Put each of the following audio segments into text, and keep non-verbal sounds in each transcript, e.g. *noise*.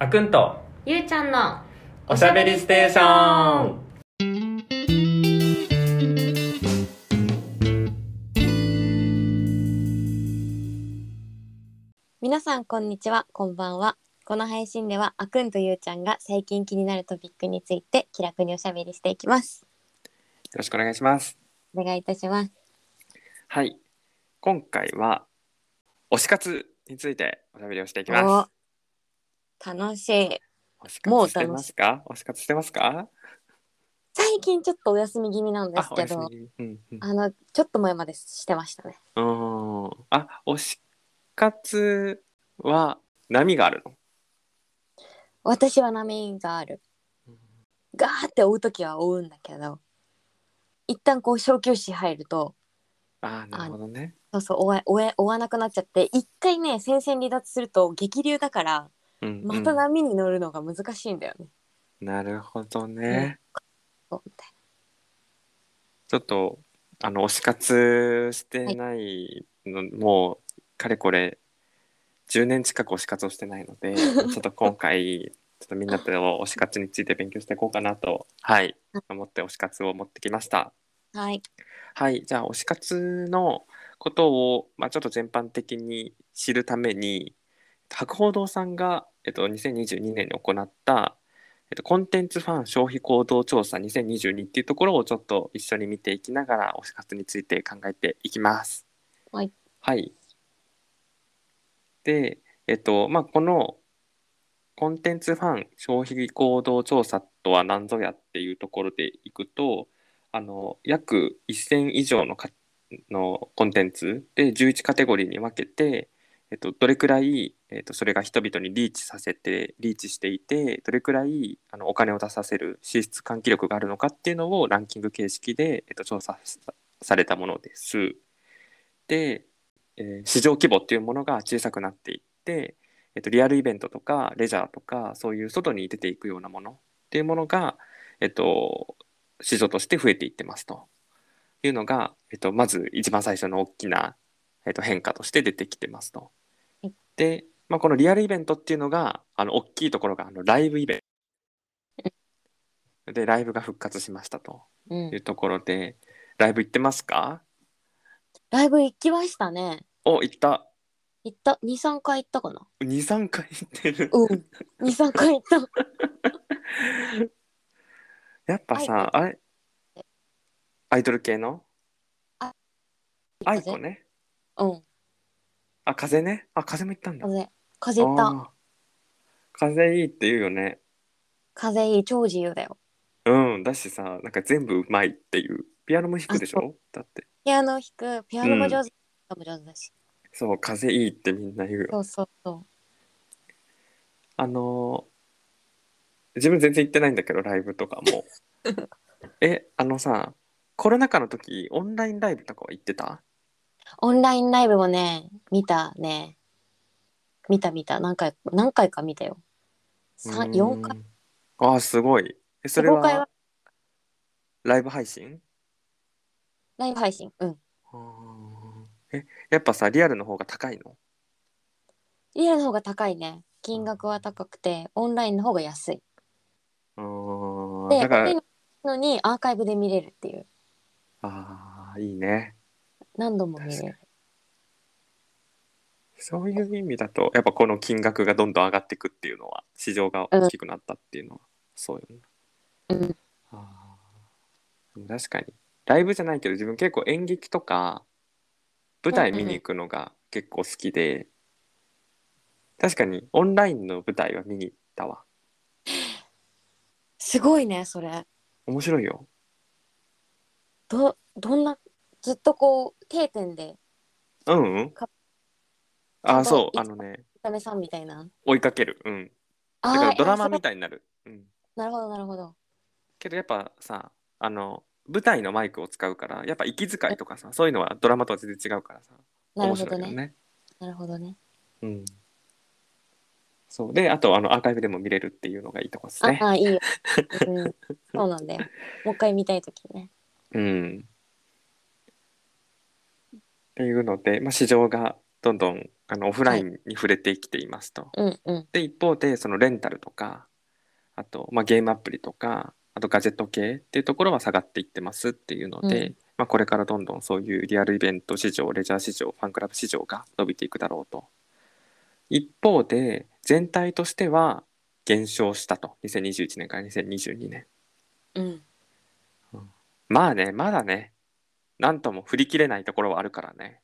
あくんとゆうちゃんのおしゃべりステーション皆さんこんにちはこんばんはこの配信ではあくんとゆうちゃんが最近気になるトピックについて気楽におしゃべりしていきますよろしくお願いします。お願いいたしますはい。今回は、推し活についておしゃべりをしていきまお楽しいす。も推うし活してますか推し活してますか最近ちょっとお休み気味なんであ、すおけ休どみ。うんうんあのちょっと前までしてましたねうーん。あ、推し活は波があるの私は波があるガーって追う時は追うんだけど一旦こう小休止入るとあー、なるほどね。そうそう追え追え追わなくなっちゃって一回ね戦線離脱すると激流だからうんうんまた波に乗るのが難しいんだよね。なるほどね。そうみたいちょっと、あの、推し活してないの、もう、かれこれ、10年近く推し活をしてないので、ちょっと今回、ちょっとみんなと推し活について勉強していこうかなと、はい、思って推し活を持ってきました。なはいはい、じゃあ、推し活のことを、まあ、ちょっと全般的に知るために、博報堂さんが、えっと、2022年に行った、えっと、コンテンツファン消費行動調査2022っていうところをちょっと一緒に見ていきながら、推し活について考えていきます。はい。はい。で、えっと、まあ、この、コンテンツファン消費行動調査とは何ぞやっていうところでいくと、あの約1000以上のかのコンテンツで11カテゴリーに分けて、えっと、どれくらい、えっと、それが人々にリーチさせてリーチしていてどれくらいあのお金を出させる支出喚起力があるのかっていうのをランキング形式で、えっと、調査さされたものです。で、えー市場規模っていうものが小さくなっていって、えっと、リアルイベントとかレジャーとかそういう外に出ていくようなものっていうものが、えっと、市場として増えていってますというのが、えっと、まず一番最初の大きな、えっと、変化として出てきてますとはい。で、まあ、このリアルイベントっていうのがあの大きいところがあのライブイベントでライブが復活しましたとうんいうところでライブ行ってますかライブ行きましたね。お行った行った二三回行ったかな。 23回行ってるうん二三回行った。やっぱさ、はいあれアイドル系のあアイコね *laughs* うんあ風ねあ風も行ったんだ風風邪行った。あー風いいって言うよね風邪いい超自由だよ。うんだしさなんか全部うまいっていうピアノも弾くでしあょだってピアノを弾くピアノも上手、歌も上手だし。そう風いいってみんな言うよそうそうそう。あのー自分全然行ってないんだけどライブとかも *laughs* えあのさコロナ禍の時オンラインライブとかは行ってたオンラインライブもね見たね。見た見た何回何回か見たよ。う三ん四回あーすごいえそれ四回ははライブ配信ライブ配信うん。えやっぱさリアルの方が高いのリアルの方が高いね。金額は高くてオンラインの方が安い。うーんで、だかオンラインらのにアーカイブで見れるっていうあーいいね何度も見れ確る。そういう意味だとやっぱこの金額がどんどん上がっていくっていうのは市場が大きくなったっていうのは、そうよね。うんあーでも確かにライブじゃないけど自分結構演劇とか舞台見に行くのが結構好きで、確かにオンラインの舞台は見に行ったわすごいねそれ。面白いよどどんなずっとこう定点でうんうんかあちゃーんとそういあつのねダメさんみたいな追いかけるうんだあーからドラマあそうみたいになるうんなるほどなるほどけどやっぱさあの舞台のマイクを使うからやっぱ息遣いとかさそういうのはドラマとは全然違うからさなる面ほ白いどよねねなるほどねうん、そうであとあのアーカイブでも見れるっていうのがいいとこですあねあーいいよ、うん、そうなんだよもう一回見たい時ねうんっていうので、まあ、市場がどんどんあのオフラインに触れてきていますと。うんうんで一方でそのレンタルとかあと、まあ、ゲームアプリとかあとガジェット系っていうところは下がっていってますっていうので、うまあ、これからどんどんそういうリアルイベント市場レジャー市場ファンクラブ市場が伸びていくだろうと一方で全体としては減少したと2021年から2022年うんまあねまだねなんとも振り切れないところはあるからね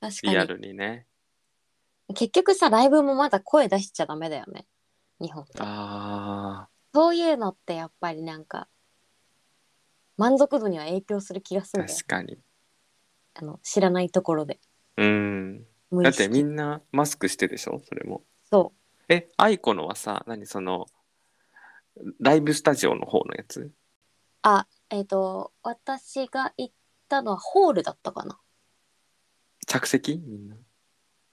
確リかアにルにね結局さライブもまだ声出しちゃダメだよね日本ってあそういうのってやっぱりなんか満足度には影響する気がすーるんだよ確かにあの知らないところでうん無だっ理しててみんなマスクしてでしょそれもそえ、アイコのはさ、何その、ライブスタジオの方のやつうあえっ、と私が行ったのはホールだったかな着席みんな。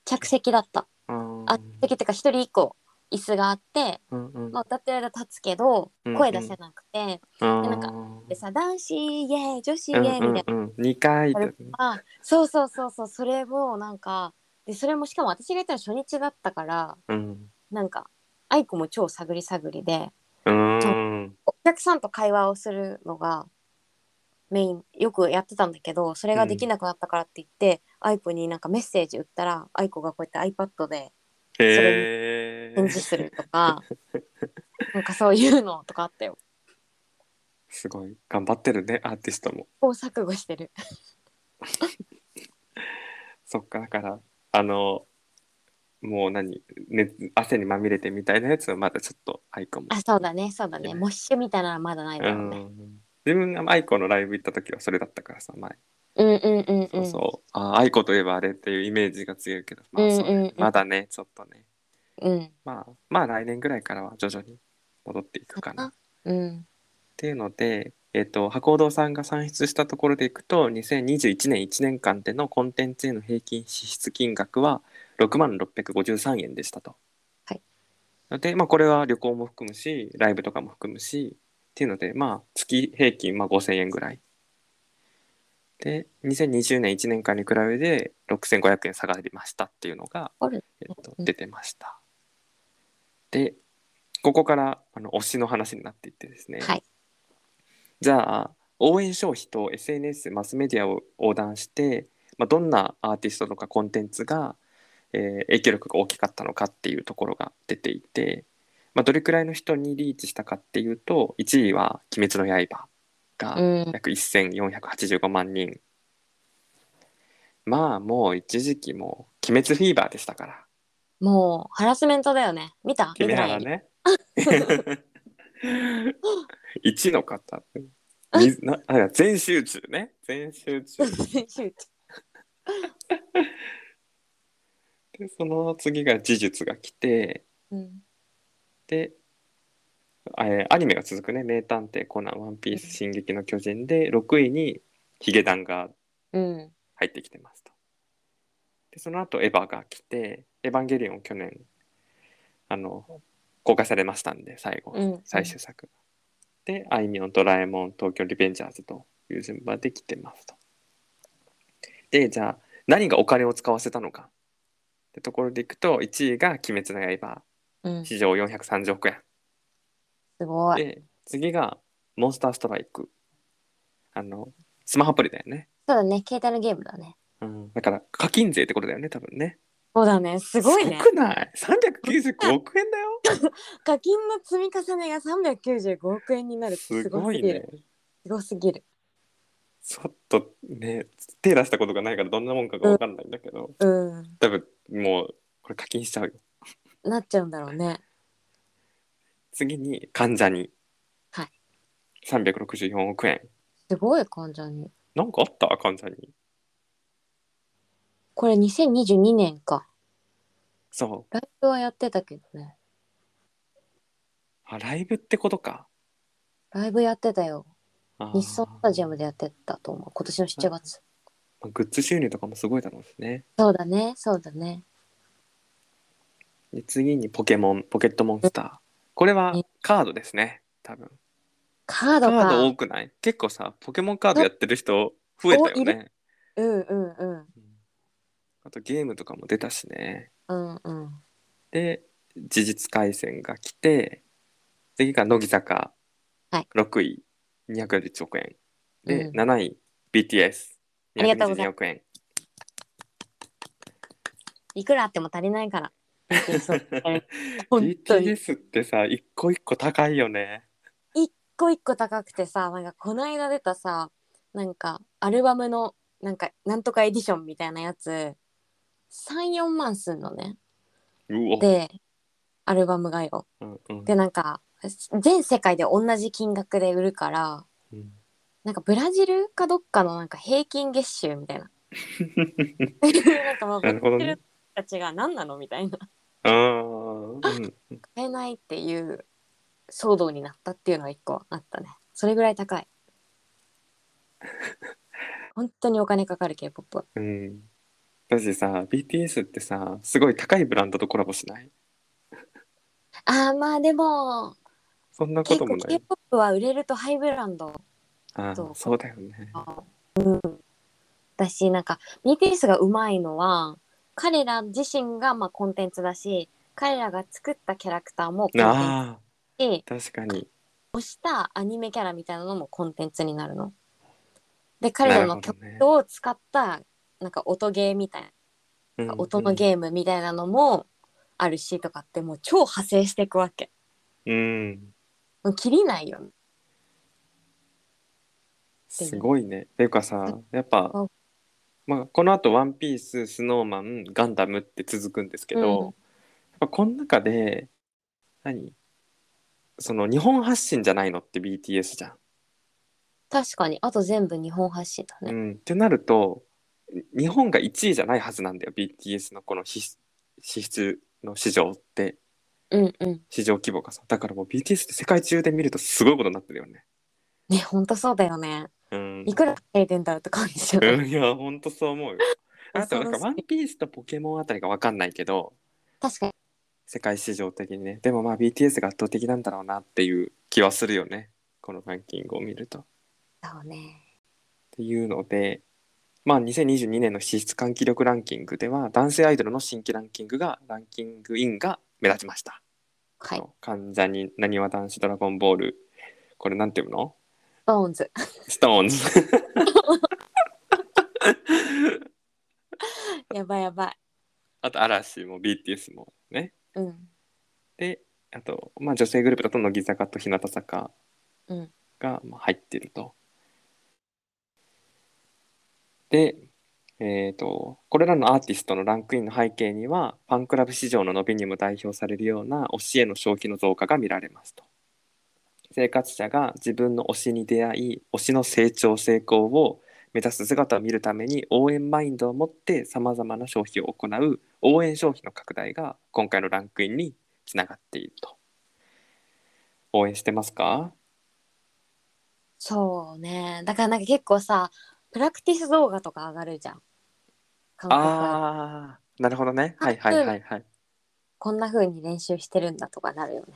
着席だったあーあ着席っていうか一人一個椅子があって、うんうんまあ、歌ってる間立つけどうんうん声出せなくて、あーなんかでさ男子イエーイ女子イエうんーイみたいな、うんうん二回とあれあそうそうそうそうそれをなんかでそれもしかも私が行ったの初日だったからうん。なんか愛子も超探り探りでうーん。お客さんと会話をするのがメインよくやってたんだけどそれができなくなったからって言って、愛子になんかメッセージ打ったら愛子がこうやって iPad でへ返ー事するとか *laughs* なんかそういうのとかあったよすごい。頑張ってるね、アーティストも。こう錯誤してるそっか、だから、あの、もう何、ね、汗にまみれてみたいなやつはまだちょっとアイコも。あそうだねそうだねモッシュみたいなのはまだないだうろうね、ん。自分がアイコのライブ行った時はそれだったからさ、前。うん、うんうんうんそうそう。あ、愛子といえばあれっていうイメージが強いけど、まうあんそううんうんまだね、ちょっとね。うんまあ、まあ来年ぐらいからは徐々に戻っていくかな。っうんていうので、えっ、と、博報堂さんが算出したところでいくと、2021年1年間でのコンテンツへの平均支出金額は6万653円でしたと。はい。ので、まあこれは旅行も含むし、ライブとかも含むし、っていうので、まあ月平均まあ5000円ぐらい。で、2020年1年間に比べて6500円下がりましたっていうのが、あるえっと、うん出てました。で、ここからあの推しの話になっていってですね、はいじゃあ、応援消費と SNS、マスメディアを横断して、まあ、どんなアーティストとかコンテンツが、えー影響力が大きかったのかっていうところが出ていて、まあ、どれくらいの人にリーチしたかっていうと、1位は「鬼滅の刃」がうん約1485万人。まあもう一時期もう鬼滅フィーバーでしたから。もうハラスメントだよね見た君見原てないね。 *laughs* 一の方。みなあれ全集中ね。全集中。 *laughs* で、その次が呪術が来て、うんで、えーアニメが続くね。名探偵コナン、ワンピース、進撃の巨人で、6位にヒゲダンがうん入ってきてますと。で、その後エヴァが来て、エヴァンゲリオン去年、あの、公開されましたんで、最後、うん最終作。で、あいみょん、ドラえもん、東京リベンジャーズという順番で来てますと。で、じゃあ、何がお金を使わせたのかってところでいくと、1位が鬼滅の刃、うんす市場430億円。ごいで、次がモンスターストライク。あの、スマホアプリだよね。そうだね携帯のゲームだねうん、だから課金税ってことだよね、多分ね。そうだねすごいすねごくない ?395 億円だよ。課金の積み重ねが395億円になるってすすごごすいぎねる。すごすぎるちょっとね、手出したことがないからどんなもんかがわかんないんだけど、うん多分もうこれ課金しちゃうよ。なっちゃうんだろうね次に関ジャニ。はい。 364億円。すごい患者になんかあった関ジャニ。これ2022年かそう。ライブはやってたけどねあ、ライブってことか。ライブやってたよあー日産スタジアムでやってたと思う今年の7月まあグッズ収入とかもすごいだろうしね。そうだねそうだねで次にポケモン、ポケットモンスター。これはカードですね。多分。カカードード多かくない結構さ、ポケモンカードやってる人増えたよおいね。うんうんうんあとゲームとかも出たしね。うんうんで、事実回線が来て、次が乃木坂、はい6位、241億円。で、うん7位、BTS、ありがとうござい222ま億円。いくらあっても足りない *laughs* から *laughs* 本当に BTS ってさ、一個一個高いよね。一個一個高くてさなんかこの間出たさなんかアルバムのなんかなんとかエディションみたいなやつ34万すんのねうお。でアルバムがようんうんでなんか全世界で同じ金額で売るからうん *laughs* なんかブラジルかどっかのなんか平均月収みたいな *laughs* なんかまあブなるラほどジねル人。たちが何なのみたいなあーうん買えないっていう騒動になったっていうのが一個あったねそれぐらい高 *laughs* い本当にお金かかる K-POP はうん。だしさ、BTS ってさ、すごい高いブランドとコラボしないあーまあでもそんなこ結とも構ない。 K-POP は売れるとハイブランドあそーうそうだよね。だしなんか BTS がうまいのは彼ら自身がまあコンテンツだし彼らが作ったキャラクターもコンテンああ、ツだし確かに。推したアニメキャラみたいなのもコンテンツになるの。で彼ならるのほど曲ね。を使ったなんか音ゲーみたいなうん音のゲームみたいなのもあるしとかってもう超派生していくわけうん。もう切りないよねすごいね。ていうかさ、やっぱうん、まあ、この後、ワンピース、スノーマン、ガンダムって続くんですけど、うんやっぱこの中で、何その日本発信じゃないのって BTS じゃん。確かにあと全部日本発信だうねん、ってなると日本が1位じゃないはずなんだよ BTS のこの支支出の市場ってうんうん市場規模がさだからもう BTS って世界中で見るとすごいことになってるよね。ねほんとそうだよねうんい、くら稼いでんだろうって感じじゃない、うんいやほんとそう思うよ。 *laughs* あとなんか「ワンピースと「ポケモン」あたりが分かんないけど確かに世界市場的にねでもまあ BTS が圧倒的なんだろうなっていう気はするよねこのランキングを見ると。っそうねていうので。まあ、2022年の支出喚起力ランキングでは男性アイドルの新規ランキングがランキングインが目立ちました。はい関ジャニなにわ男子ドラゴンボールこれなんていうのボーンズストーンズ *laughs* やばいやばいあと嵐も BTS もねうんであと、まあ、女性グループだと乃木坂と日向坂うんがまあ入ってると、でえー、とこれらのアーティストのランクインの背景にはファンクラブ市場の伸びにも代表されるような推しへの消費の増加が見られますと生活者が自分の推しに出会い推しの成長成功を目指す姿を見るために応援マインドを持ってさまざまな消費を行う応援消費の拡大が今回のランクインにつながっていると応援してますかそうねだからなんか結構さプラクティス動画とか上がるじゃん韓国はあーなるほどねはいはいはいはいこんな風に練習してるんだとかなるよね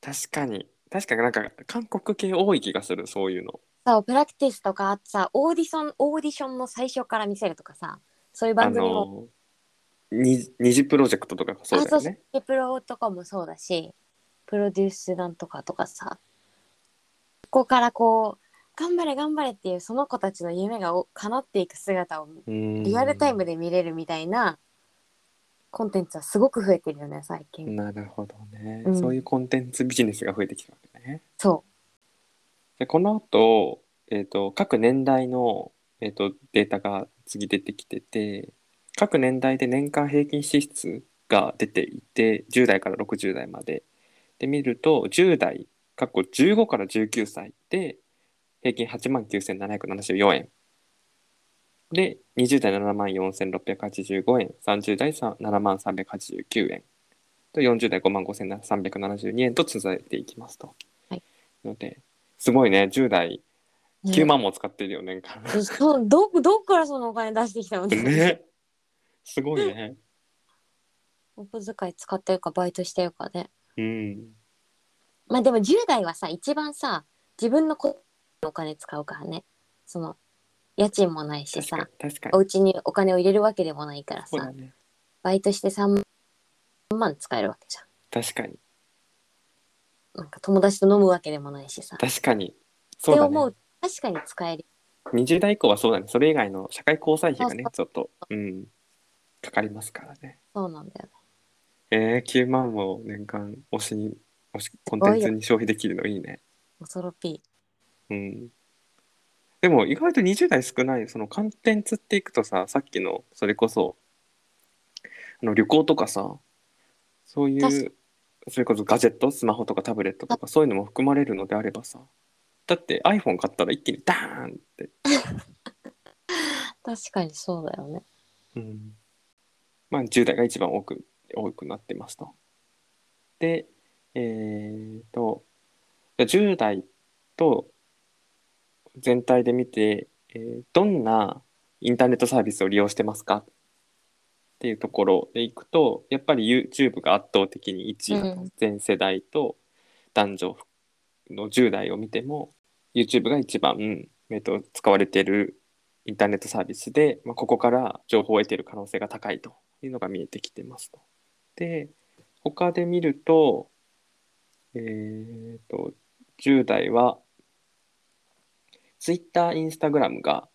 確かに確かになんか韓国系多い気がするそういうのそうプラクティスとかあとさオーディションオーディションの最初から見せるとかさそういうあ番組ものに二次プロジェクトとかがそうだよねエプロとかもそうだしプロデュースなんとかとかさここからこう頑張れ頑張れっていうその子たちの夢がお叶っていく姿をリリアルタイムで見れるみたいなコンテンツはすごく増えてるよね最近、なるほどね、うんそういうコンテンツビジネスが増えてきたわけねそでこの後、えー、と各年代の、えー、とデータが次出てきてて各年代で年間平均支出が出ていて10代から60代までで見ると10代過去15から19歳で平均8万9774円で20代7万4685円30代7万389円と40代5万5372円と続いていきますと。はいのですごいね10代う、 9万も使ってるよ年間、うんそうどどっからそのお金出してきたのねすごいねお小遣い使ってるかバイトしてるかねうんまあでも10代はさ一番さ自分のこのお金使うからねその家賃もないし確かさに確かおに家にお金を入れるわけでもないからそうださねバイトして3万3万使えるわけじゃん確かになんか友達と飲むわけでもないしさ確かにってそうだ思うねと確かに使える20代以降はそうだねそれ以外の社会交際費がねそちょうっとうんかかりますからねそうなんだよねえー、9万を年間推しに推しコごいンよテンツに消費できるのいいね恐ろぴいうんでも意外と20代少ないそのコンテンツっていくとささっきのそれこそあの旅行とかさそうい確うそれこそガジェットスマホとかタブレットとかそういうのも含まれるのであればさだって iPhone 買ったら一気にダーンって、確かにそうだよねうん、まあ10代が一番多く多くなってますと。でえー、と10代と全体で見て、えーどんなインターネットサービスを利用してますかっていうところでいくとやっぱり YouTube が圧倒的に1位だと、うん全世代と男女の10代を見ても YouTube が一番、うんえー、と使われているインターネットサービスで、まあ、ここから情報を得ている可能性が高いというのが見えてきてますと。で他で見ると,、えー、と10代は Twitter、Instagram が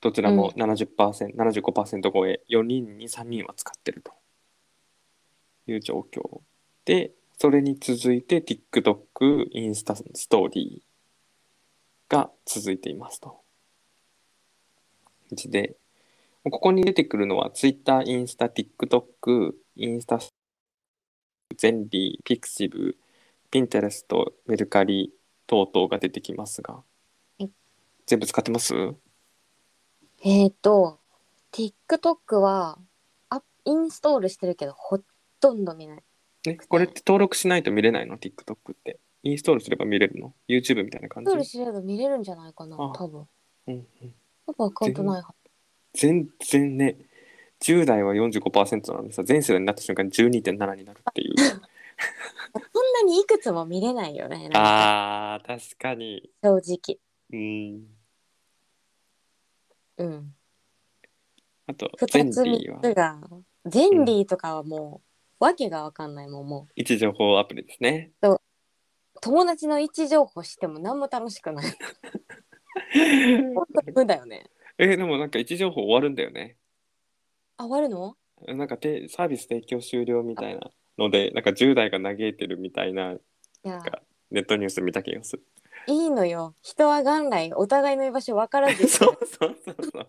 どちらも70%、75%超え4人に3人は使ってるという状況でそれに続いて TikTok、インスタストーリーが続いていますと。でここに出てくるのは Twitter、インスタ、TikTok、インスタゼンリー、ピクシブ、ピンテレスト、メルカリ等々が出てきますがい、全部使ってますえっ、と TikTok はあインストールしてるけどほとんど見ないえ、これって登録しないと見れないの ?TikTok って。インストールすれば見れるの ?YouTube みたいなイ感ンスじトールしてれば見れるんじゃないかなあ多分うんうん多分アカウントないは全然ね、10代は45%なのにさ、全世代になった瞬間に12.7になるっていう。ずそんなにいくつも見れないよねなんかあー、確かに。正直うん。うんあと、ゼン2つリー3はつがゼンリーとかはもう、わけがわかんないもんも位置情報アプリですね。う友達の位置情報しても何も楽しくない本当無だよね *laughs* え、でもなんか位置情報終わるんだよね。あ終わるのなんかてサービス提供終了みたいなので、なんか10代が嘆いてるみたいないやネットニュース見た気がする。いいのよ人は元来お互いの居場所分からず *laughs* そうそうそう *laughs* そう。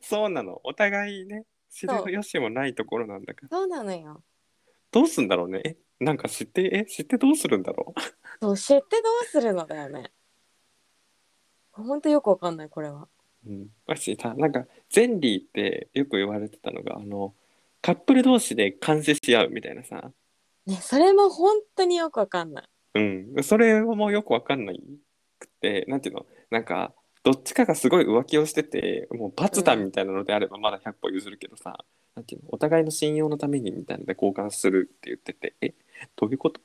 そうなの。お互いね、知そうるよしもないところなんだから。そうなのよどうすんだろうね。え、なんか知って、え、知ってどうするんだろう。そう知ってどうするのだよねほんとよくわかんないこれはうん、私さ、なんか、ゼンリーってよく言われてたのが、あの、カップル同士で監視し合うみたいなさ。ねそれも本当によくわかんないうん。それもよくわかんないくて、なんていうの、なんか、どっちかがすごい浮気をしてて、もう罰だみたいなのであればまだ100歩譲るけどさ、なんていうの、お互いの信用のためにみたいなので交換するって言ってて、え、どういうこと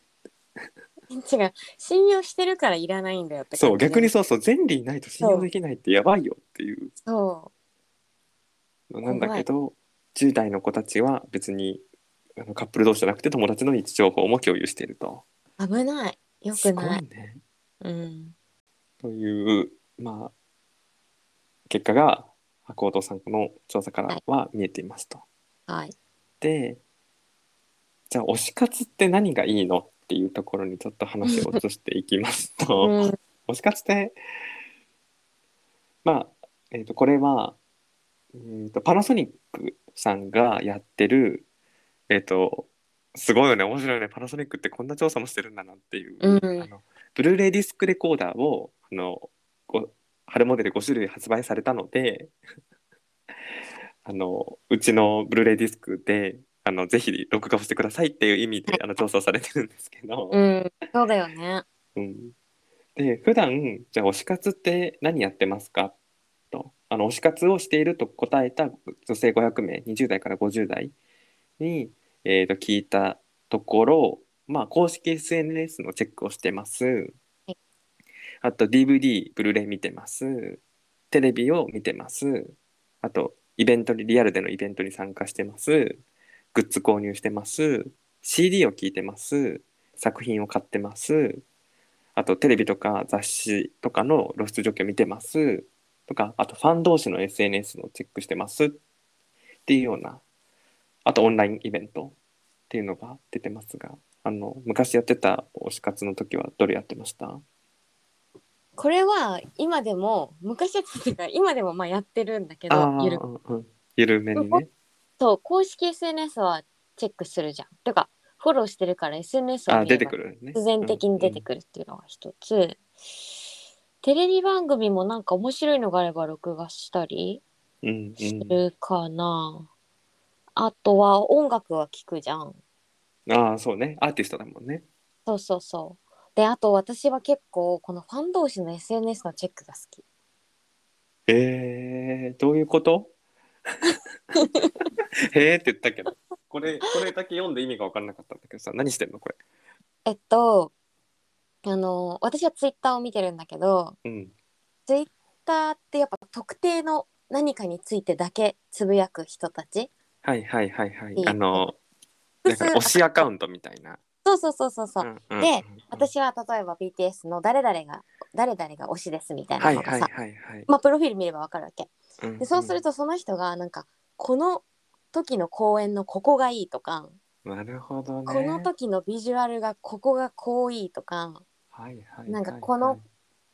違う信用してるからいらないんだよってそう感じ逆にそうそう前理ないと信そ用うできないってやばいよっていうそのなんだけど10代の子たちは別にあのカップル同士じゃなくて友達の位置情報も共有していると。う危ないよくすごいないね。うんというまあ結果が博報堂さんの調査からは見えていますと。はいでじゃあ推し活って何がいいのっていうところにちょっと話を移していきますと。うん推し活ってまあ、えー、とこれは、うーんとパナソニックさんがやってるえっ、とすごいよね面白いよねパナソニックってこんな調査もしてるんだなっていう、うんあのブルーレイディスクレコーダーをあのご春モデル5種類発売されたのであのうちのブルーレイディスクであのぜひ録画をしてくださいっていう意味であの調査をされてるんですけど。うんそうだよねうん、で普段じゃあ推し活って何やってますかとあの推し活をしていると答えた女性500名20代から50代に、えー、と聞いたところ、まあ、公式 SNS のチェックをしてますいあと DVD ブルーレイ見てますテレビを見てます。あと、イベントに、リアルでのイベントに参加してます。グッズ購入してます。CD を聞いてます。作品を買ってます。あと、テレビとか雑誌とかの露出状況を見てます。とか、あと、ファン同士の SNS をチェックしてます。っていうような、あと、オンラインイベントっていうのが出てますが、あの、昔やってた推し活の時はどれやってましたこれは今でも昔やってたというか今でもまあやってるんだけあどーゆるうんうん緩めにね。と公式 SNS はチェックするじゃん。てかフォローしてるから SNS はあ、見れ出ばてくるね。必然的に出てる。くるっていうのが一つ、テレビ番組もなんか面白いのがあれば録画したりうんうすんうんるかな、あとは音楽は聴くじゃんああ、そうね。アーティストだもんね。そうそうそうであと私は結構このファン同士の SNS のチェックが好きえー、どういうこと *laughs* へーって言ったけど、これ、これだけ読んで意味が分かんなかったんだけどさ、何してんのこれ。えっとあの私はツイッターを見てるんだけどうん。ツイッターってやっぱ特定の何かについてだけつぶやく人たちはいはいはいはいい。いあの、複だ数から推しアカウントみたいな。そうそうそうそうそう、うんうんで、私は例えば BTS の誰々が誰々が推しですみたいなはいのがさ、はいはいはい。まあプロフィール見ればわかるわけうんんでそうするとその人がなんかこの時の公演のここがいいとか、なるほどね。この時のビジュアルがここがこういいとかはいはいはいはいなんかこの、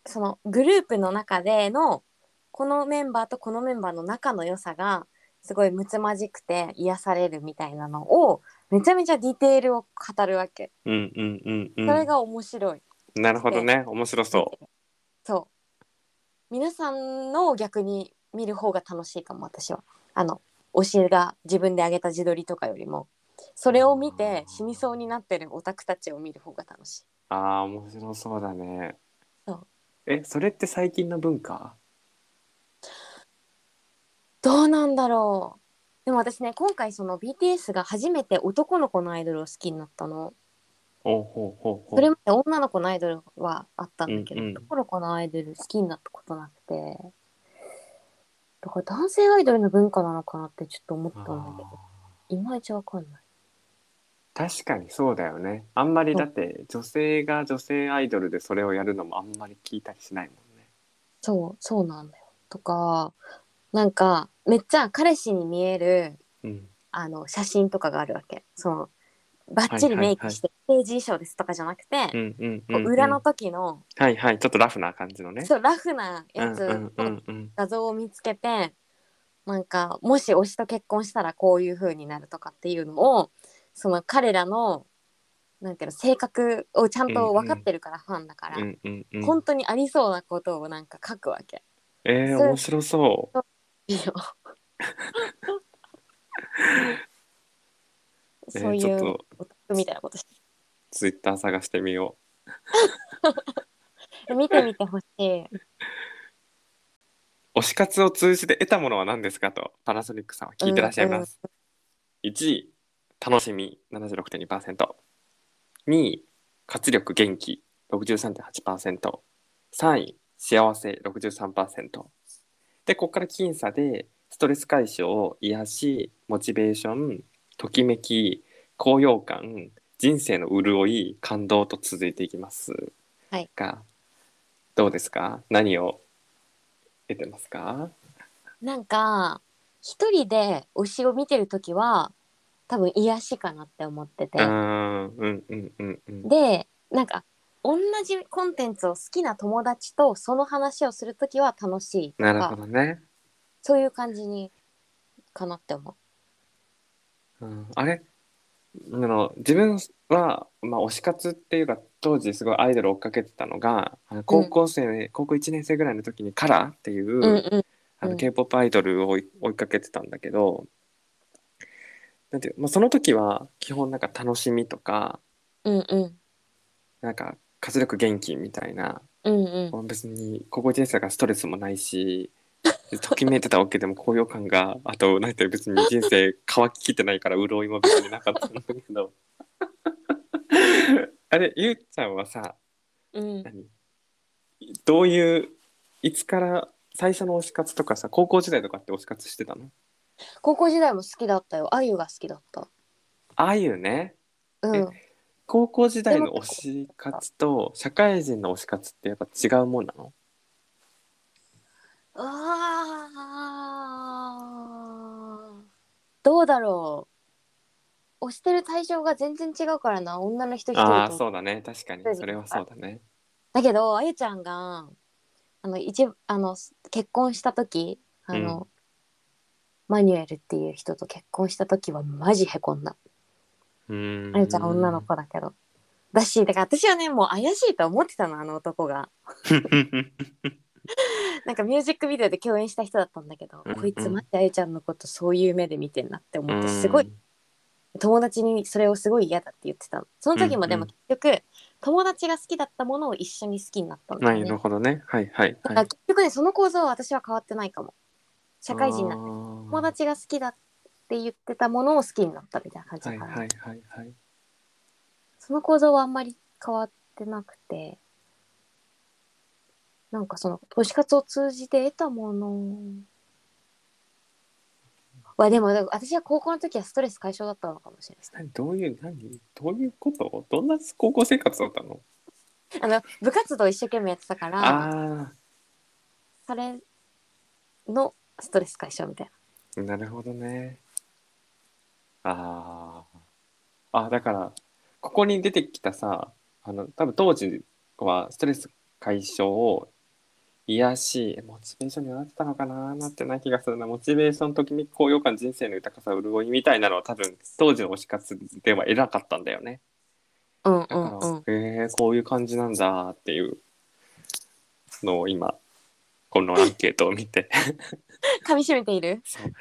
そのグループの中でのこのメンバーとこのメンバーの仲の良さがすごいむつまじくて癒されるみたいなのをめちゃめちゃディテールを語るわけうんうんうんうん。それが面白い。なるほどね。面白そう。そう皆さんのを逆に見る方が楽しいかも私はあの推しが自分で上げた自撮りとかよりもそれを見て死にそうになってるオタクたちを見る方が楽しいああ、面白そうだね。そうえ、それって最近の文化どうなんだろうでも私ね今回その BTS が初めて男の子のアイドルを好きになったのおうほうほうほう。それまで女の子のアイドルはあったんだけど、うんうん男の子のアイドル好きになったことなくてだから男性アイドルの文化なのかなってちょっと思ったんだけどあいまいちわかんないー確かにそうだよね。あんまりだって女性が女性アイドルでそれをやるのもあんまり聞いたりしないもんね。そう、そうなんだよ。とか、なんか、めっちゃ彼氏に見える、うん。あの、写真とかがあるわけ。その、バッチリメイクして、ステージ衣装ですとかじゃなくうて、んうんう、こうんうん。裏の。時の、はいはい。ちょっとラフな感じのね。そう、ラフなうやんうんつ、うんうん。画像を見つけて、なんか、もし推しと結婚したらこういう風になるとかっていうのを、その彼らの、なんていうの、性格をちゃんと分かってるから、ファンだから、うんうんうん。本当にありそうなことをなんか書くわ *laughs* け。えー、そう面白そいいよ。う。えそうー、いちょっうとオタクみたいなことしツイッター探してみよて見てみてほしい。う。推し活を通じて得たものは何ですかとパナソニックさんは聞いてらっしゃいます。1位楽しみ76.2%2 位活力元気63.8%3 位幸せ63%でここから僅差でストレス解消癒しモチベーションときめき高揚感人生の潤い感動と続いていきます、はいがどうですか何を得てますかうんなんか一人で推しを見てる時は多分癒しかなって思っててう、んうんうんうんうんでなんか同じコンテンツを好きな友達とその話をする時は楽しいとなるほかどねそういう感じにかなって思う。うんあれあの自分は、まあ、推し活っていうか当時すごいアイドルを追っかけてたのがあの高校生、高校1年生ぐらいの時にカラーっていう、うんうんあうのん K-POP アイドルを追い追いかけてたんだけどなんていう、まあ、その時は基本なんか楽しみとかうんうんなんか活力元気みたいなうんうん別に高校1年生だからストレスもないしときめいてたわけでも高揚感があとなんて別に人生乾ききってないから潤いも別になかったんだけどあれゆうちゃんはさうん何どういういつから最初の推し活とかさ高校時代とかって推し活してたの高校時代も好きだったよあゆが好きだったあゆねうん高校時代の推し活と社会人の推し活ってやっぱ違うもんなのあーどうだろう押してる対象が全然違うからな女の人一ああー人とそうだね確かにそれはそうだねだけどあゆちゃんがあの一あの結婚した時あの、マニュエルっていう人と結婚した時はマジへこんだうんあゆちゃん女の子だけどだしだから私はねもう怪しいと思ってたのあの男が *laughs* なんかミュージックビデオで共演した人だったんだけど、うんうんこいつマジあゆちゃんのことそういう目で見てんなって思ってすごい友達にそれをすごい嫌だって言ってたのその時もでもうん結局、友達が好きだったものを一緒に好きになったんだなよいねるほどねはいはいだかはらい結局ねその構造は私は変わってないかも社会人になって友友達が好きだって言ってたものを好きになったみたいな感じはだいから、はいはいはいその構造はあんまり変わってなくてなんかその推し活を通じて得たものはでもでも私は高校の時はストレス解消だったのかもしれない何どういう何どういうことどんな高校生活だったのあの部活動一生懸命やってたからあそれのストレス解消みたいなあなるほどねあーあだからここに出てきたさあの多分当時はストレス解消を癒しモチベーションになってたのかななってない気がするなモチベーションときめき高揚感人生の豊かさ潤いみたいなのは多分当時の推し活では得なかったんだよねうんだから、えーこういう感じなんだっていうのを今このアンケートを見て *laughs* 噛み締めているそう、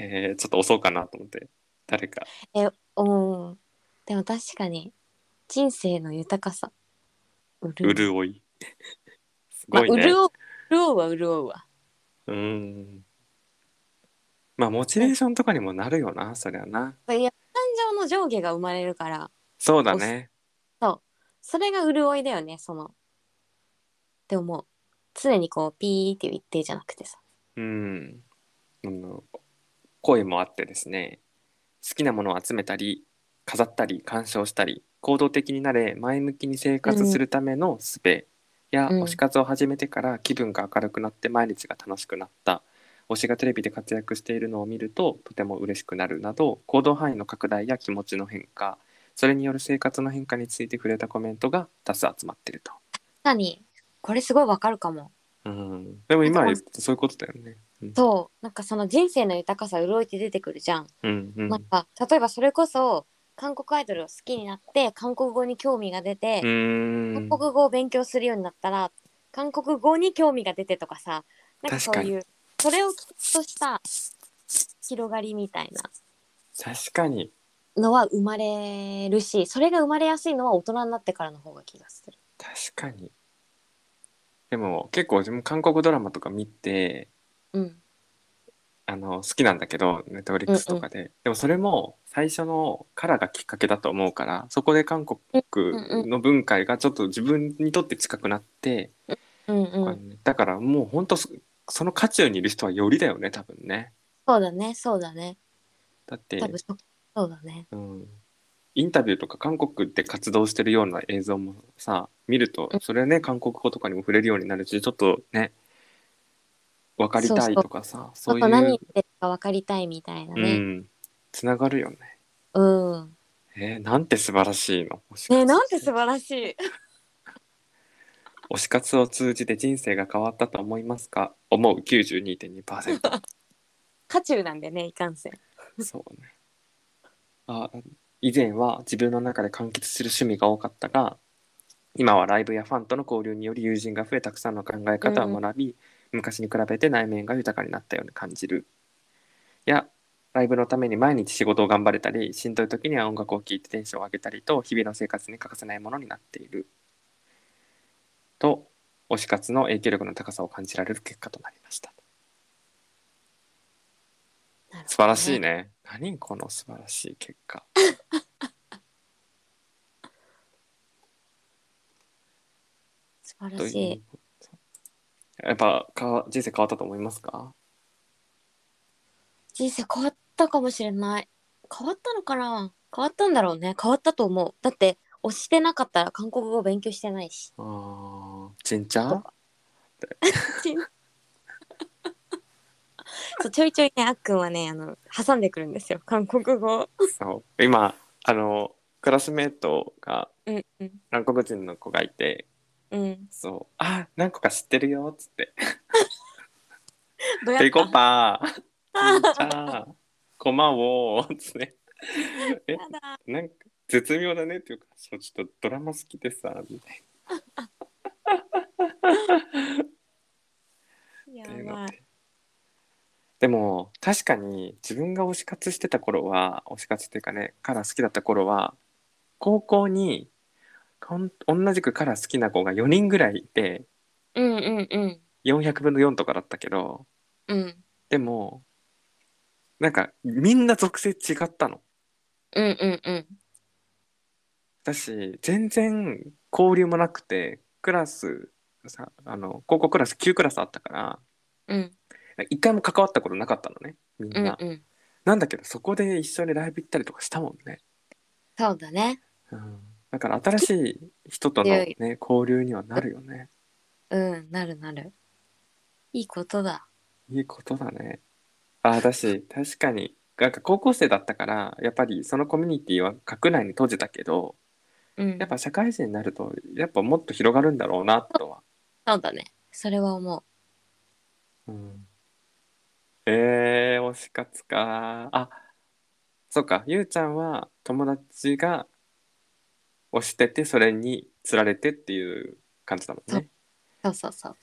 えーちょっと押そうかなと思って誰かうんでも確かに人生の豊かさ潤う潤いす *laughs* まあごいね、潤う潤うは潤うわうんまあモチベーションとかにもなるよなそりゃないや感情の上下が生まれるからそうだねそれが潤いだよねそのって思う常にこうピーっていう一定じゃなくてさうん、あの声もあってですね好きなものを集めたり飾ったり鑑賞したり行動的になれ前向きに生活するための術や、うん推し活を始めてから気分が明るくなって毎日が楽しくなった推しがテレビで活躍しているのを見るととても嬉しくなるなど行動範囲の拡大や気持ちの変化それによる生活の変化について触れたコメントが多数集まっていると。確かにこれすごいわかるかもうん、でも今言ってそういうことだよね。うんそうなんかその人生の豊かさ潤いって出てくるじゃん、うんうんなんか例えばそれこそ韓国アイドルを好きになって韓国語に興味が出て、うん韓国語を勉強するようになったら韓国語に興味が出てとかさなんかそう確かいうそれをきっとした広がりみたい確かになのは生まれるしそれが生まれやすいのは大人になってからの方が気がする。確かにでも結構自分韓国ドラマとか見てうん、あの好きなんだけどネットフリックスとかで、でもそれも最初のからがきっかけだと思うからそこで韓国の文化がちょっと自分にとって近くなって、うん、うんだからもうほんとそその渦中にいる人はよりだよね多分ねそうだねそうだねだって多分そそうだねうん、インタビューとか韓国で活動してるような映像もさ見るとうんそれね韓国語とかにも触れるようになるしちょっとね分かりたいとかさちそょうっと何い言うってるか分かりたいみたいなうねんつながるよね。うん、えーなんて素晴らしいの推し活ねなんて素晴らしい推し活を通じて人生が変わったと思いますか思う92.2%。渦中なんでねいかんせん *laughs* そうね。あ、以前は自分の中で完結する趣味が多かったが、今はライブやファンとの交流により友人が増えたくさんの考え方を学び、昔に比べて内面が豊かになったように感じる。や、ライブのために毎日仕事を頑張れたり、しんどい時には音楽を聴いてテンションを上げたりと、日々の生活に欠かせないものになっている。と、推し活の影響力の高さを感じられる結果となりました。素晴らしいね。何この素晴らしい結果。素晴とらしいいうことやっぱか人生変わったと思いますか人生変わったかもしれない変わったのかな変わったんだろうね変わったと思うだって押してなかったら韓国語勉強してないしあーちんちゃどうんちんそうちょいちょいねあっくんはねあの挟んでくるんですよ韓国語そう今あのクラスメートがうんうん韓国人の子がいてうんそうあ何個か知ってるよっつって「ペどうやリっコたパー *laughs* ちんちゃんこまを」っつってえやだなんか絶妙だねっていうかそうちょっとドラマ好きでさみたいやなっていうのばっいてでも確かに自分が推し活してた頃は推し活っていうかねカラー好きだった頃は高校にこん同じくカラー好きな子が4人ぐらいいてうんうんうん400分の4とかだったけどうんでもなんかみんな属性違ったのうんうんうんだし全然交流もなくてクラスさあの高校クラス9クラスあったからうん一回も関わったことなかったのねみんうな、んうんなんだけどそこで一緒にライブ行ったりとかしたもんね、そうだねうん、だから新しい人との、強ねい、交流にはなるよねうんなるなるいいことだいいことだねあだし確かになんか高校生だったからやっぱりそのコミュニティは学内に閉じたけどうんやっぱ社会人になるとやっぱもっと広がるんだろうなとはそうだねそれは思ううんえー、推し活か。あ、そうか、ゆうちゃんは友達が推してて、それにつられてっていう感じだもんね。そうそうそう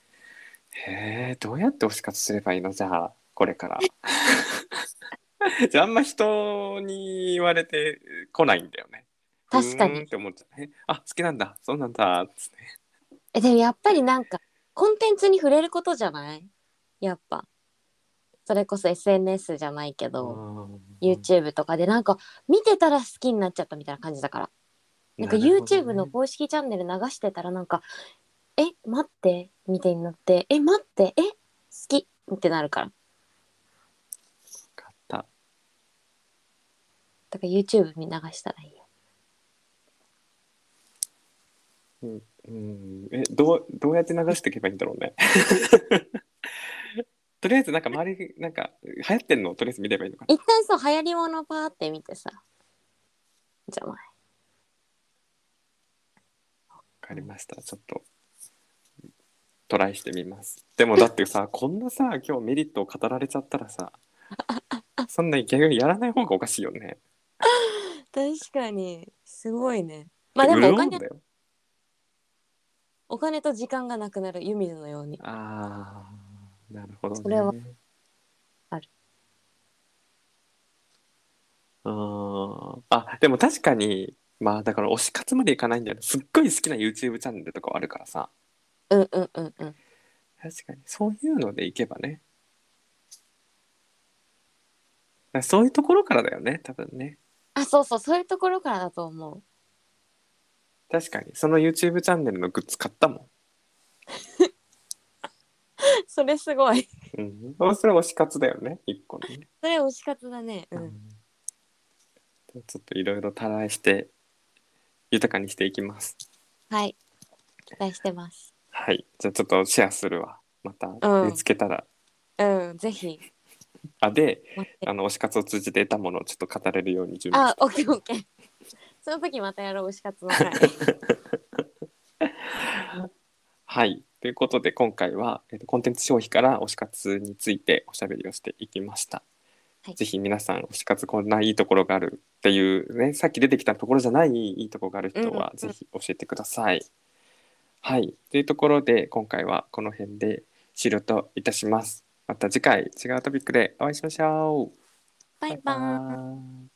へえ、どうやって推し活すればいいのじゃあ、これから。 *laughs* じゃあ、あんま人に言われてこないんだよね。確かにうーんって思っちゃう。えあ、好きなんだ、そうなんだ、つって。えでもやっぱりなんかコンテンツに触れることじゃないやっぱそれこそ SNS じゃないけど、YouTube とかでなんか見てたら好きになっちゃったみたいな感じだからなんか YouTube の公式チャンネル流してたらなんか「え待って」みたいになって「え待ってえ好き」ってなるから方。だから YouTube 見流したらいいようん、えどうどうやって流していけばいいんだろう *laughs* ね。とりあえずなんか周りなんか流行ってんのをとりあえず見ればいいのかな。一旦そう流行り物パーって見てさじゃないわかりました。ちょっとトライしてみます。でもだってさ *laughs* こんなさ今日メリットを語られちゃったらさそんな逆にやらない方がおかしいよね。確かにすごいねまあでもお潤うん金だよ。お金と時間がなくなる湯水のようにああなるほどね。それはあるうーんあでも確かにまあだから推し活までいかないんだよねすっごい好きな YouTube チャンネルとかはあるからさうんうんうんうん確かにそういうのでいけばねだからそういうところからだよね多分ねあそうそうそういうところからだと思う確かにその YouTube チャンネルのグッズ買ったも *laughs* それすごいん、うん、そうそれ推し活だよね一個のねそれ推し活だねうん、うんちょっといろいろトライして豊かにしていきますはい期待してますはいじゃあちょっとシェアするわまたうん見つけたら、うんぜひあで待ってあの推し活を通じて得たものをちょっと語れるように準備あしオッケーオッケー *laughs* その時またやろう推し活の回はいということで今回は、えっとコンテンツ消費から推し活についておしゃべりをしていきました、はいぜひ皆さん推し活こんないいところがあるっていうねさっき出てきたところじゃないいいところがある人はうんぜひ教えてください、はいというところで今回はこの辺で終了といたしますまた次回違うトピックでお会いしましょうバイババイーイバーイ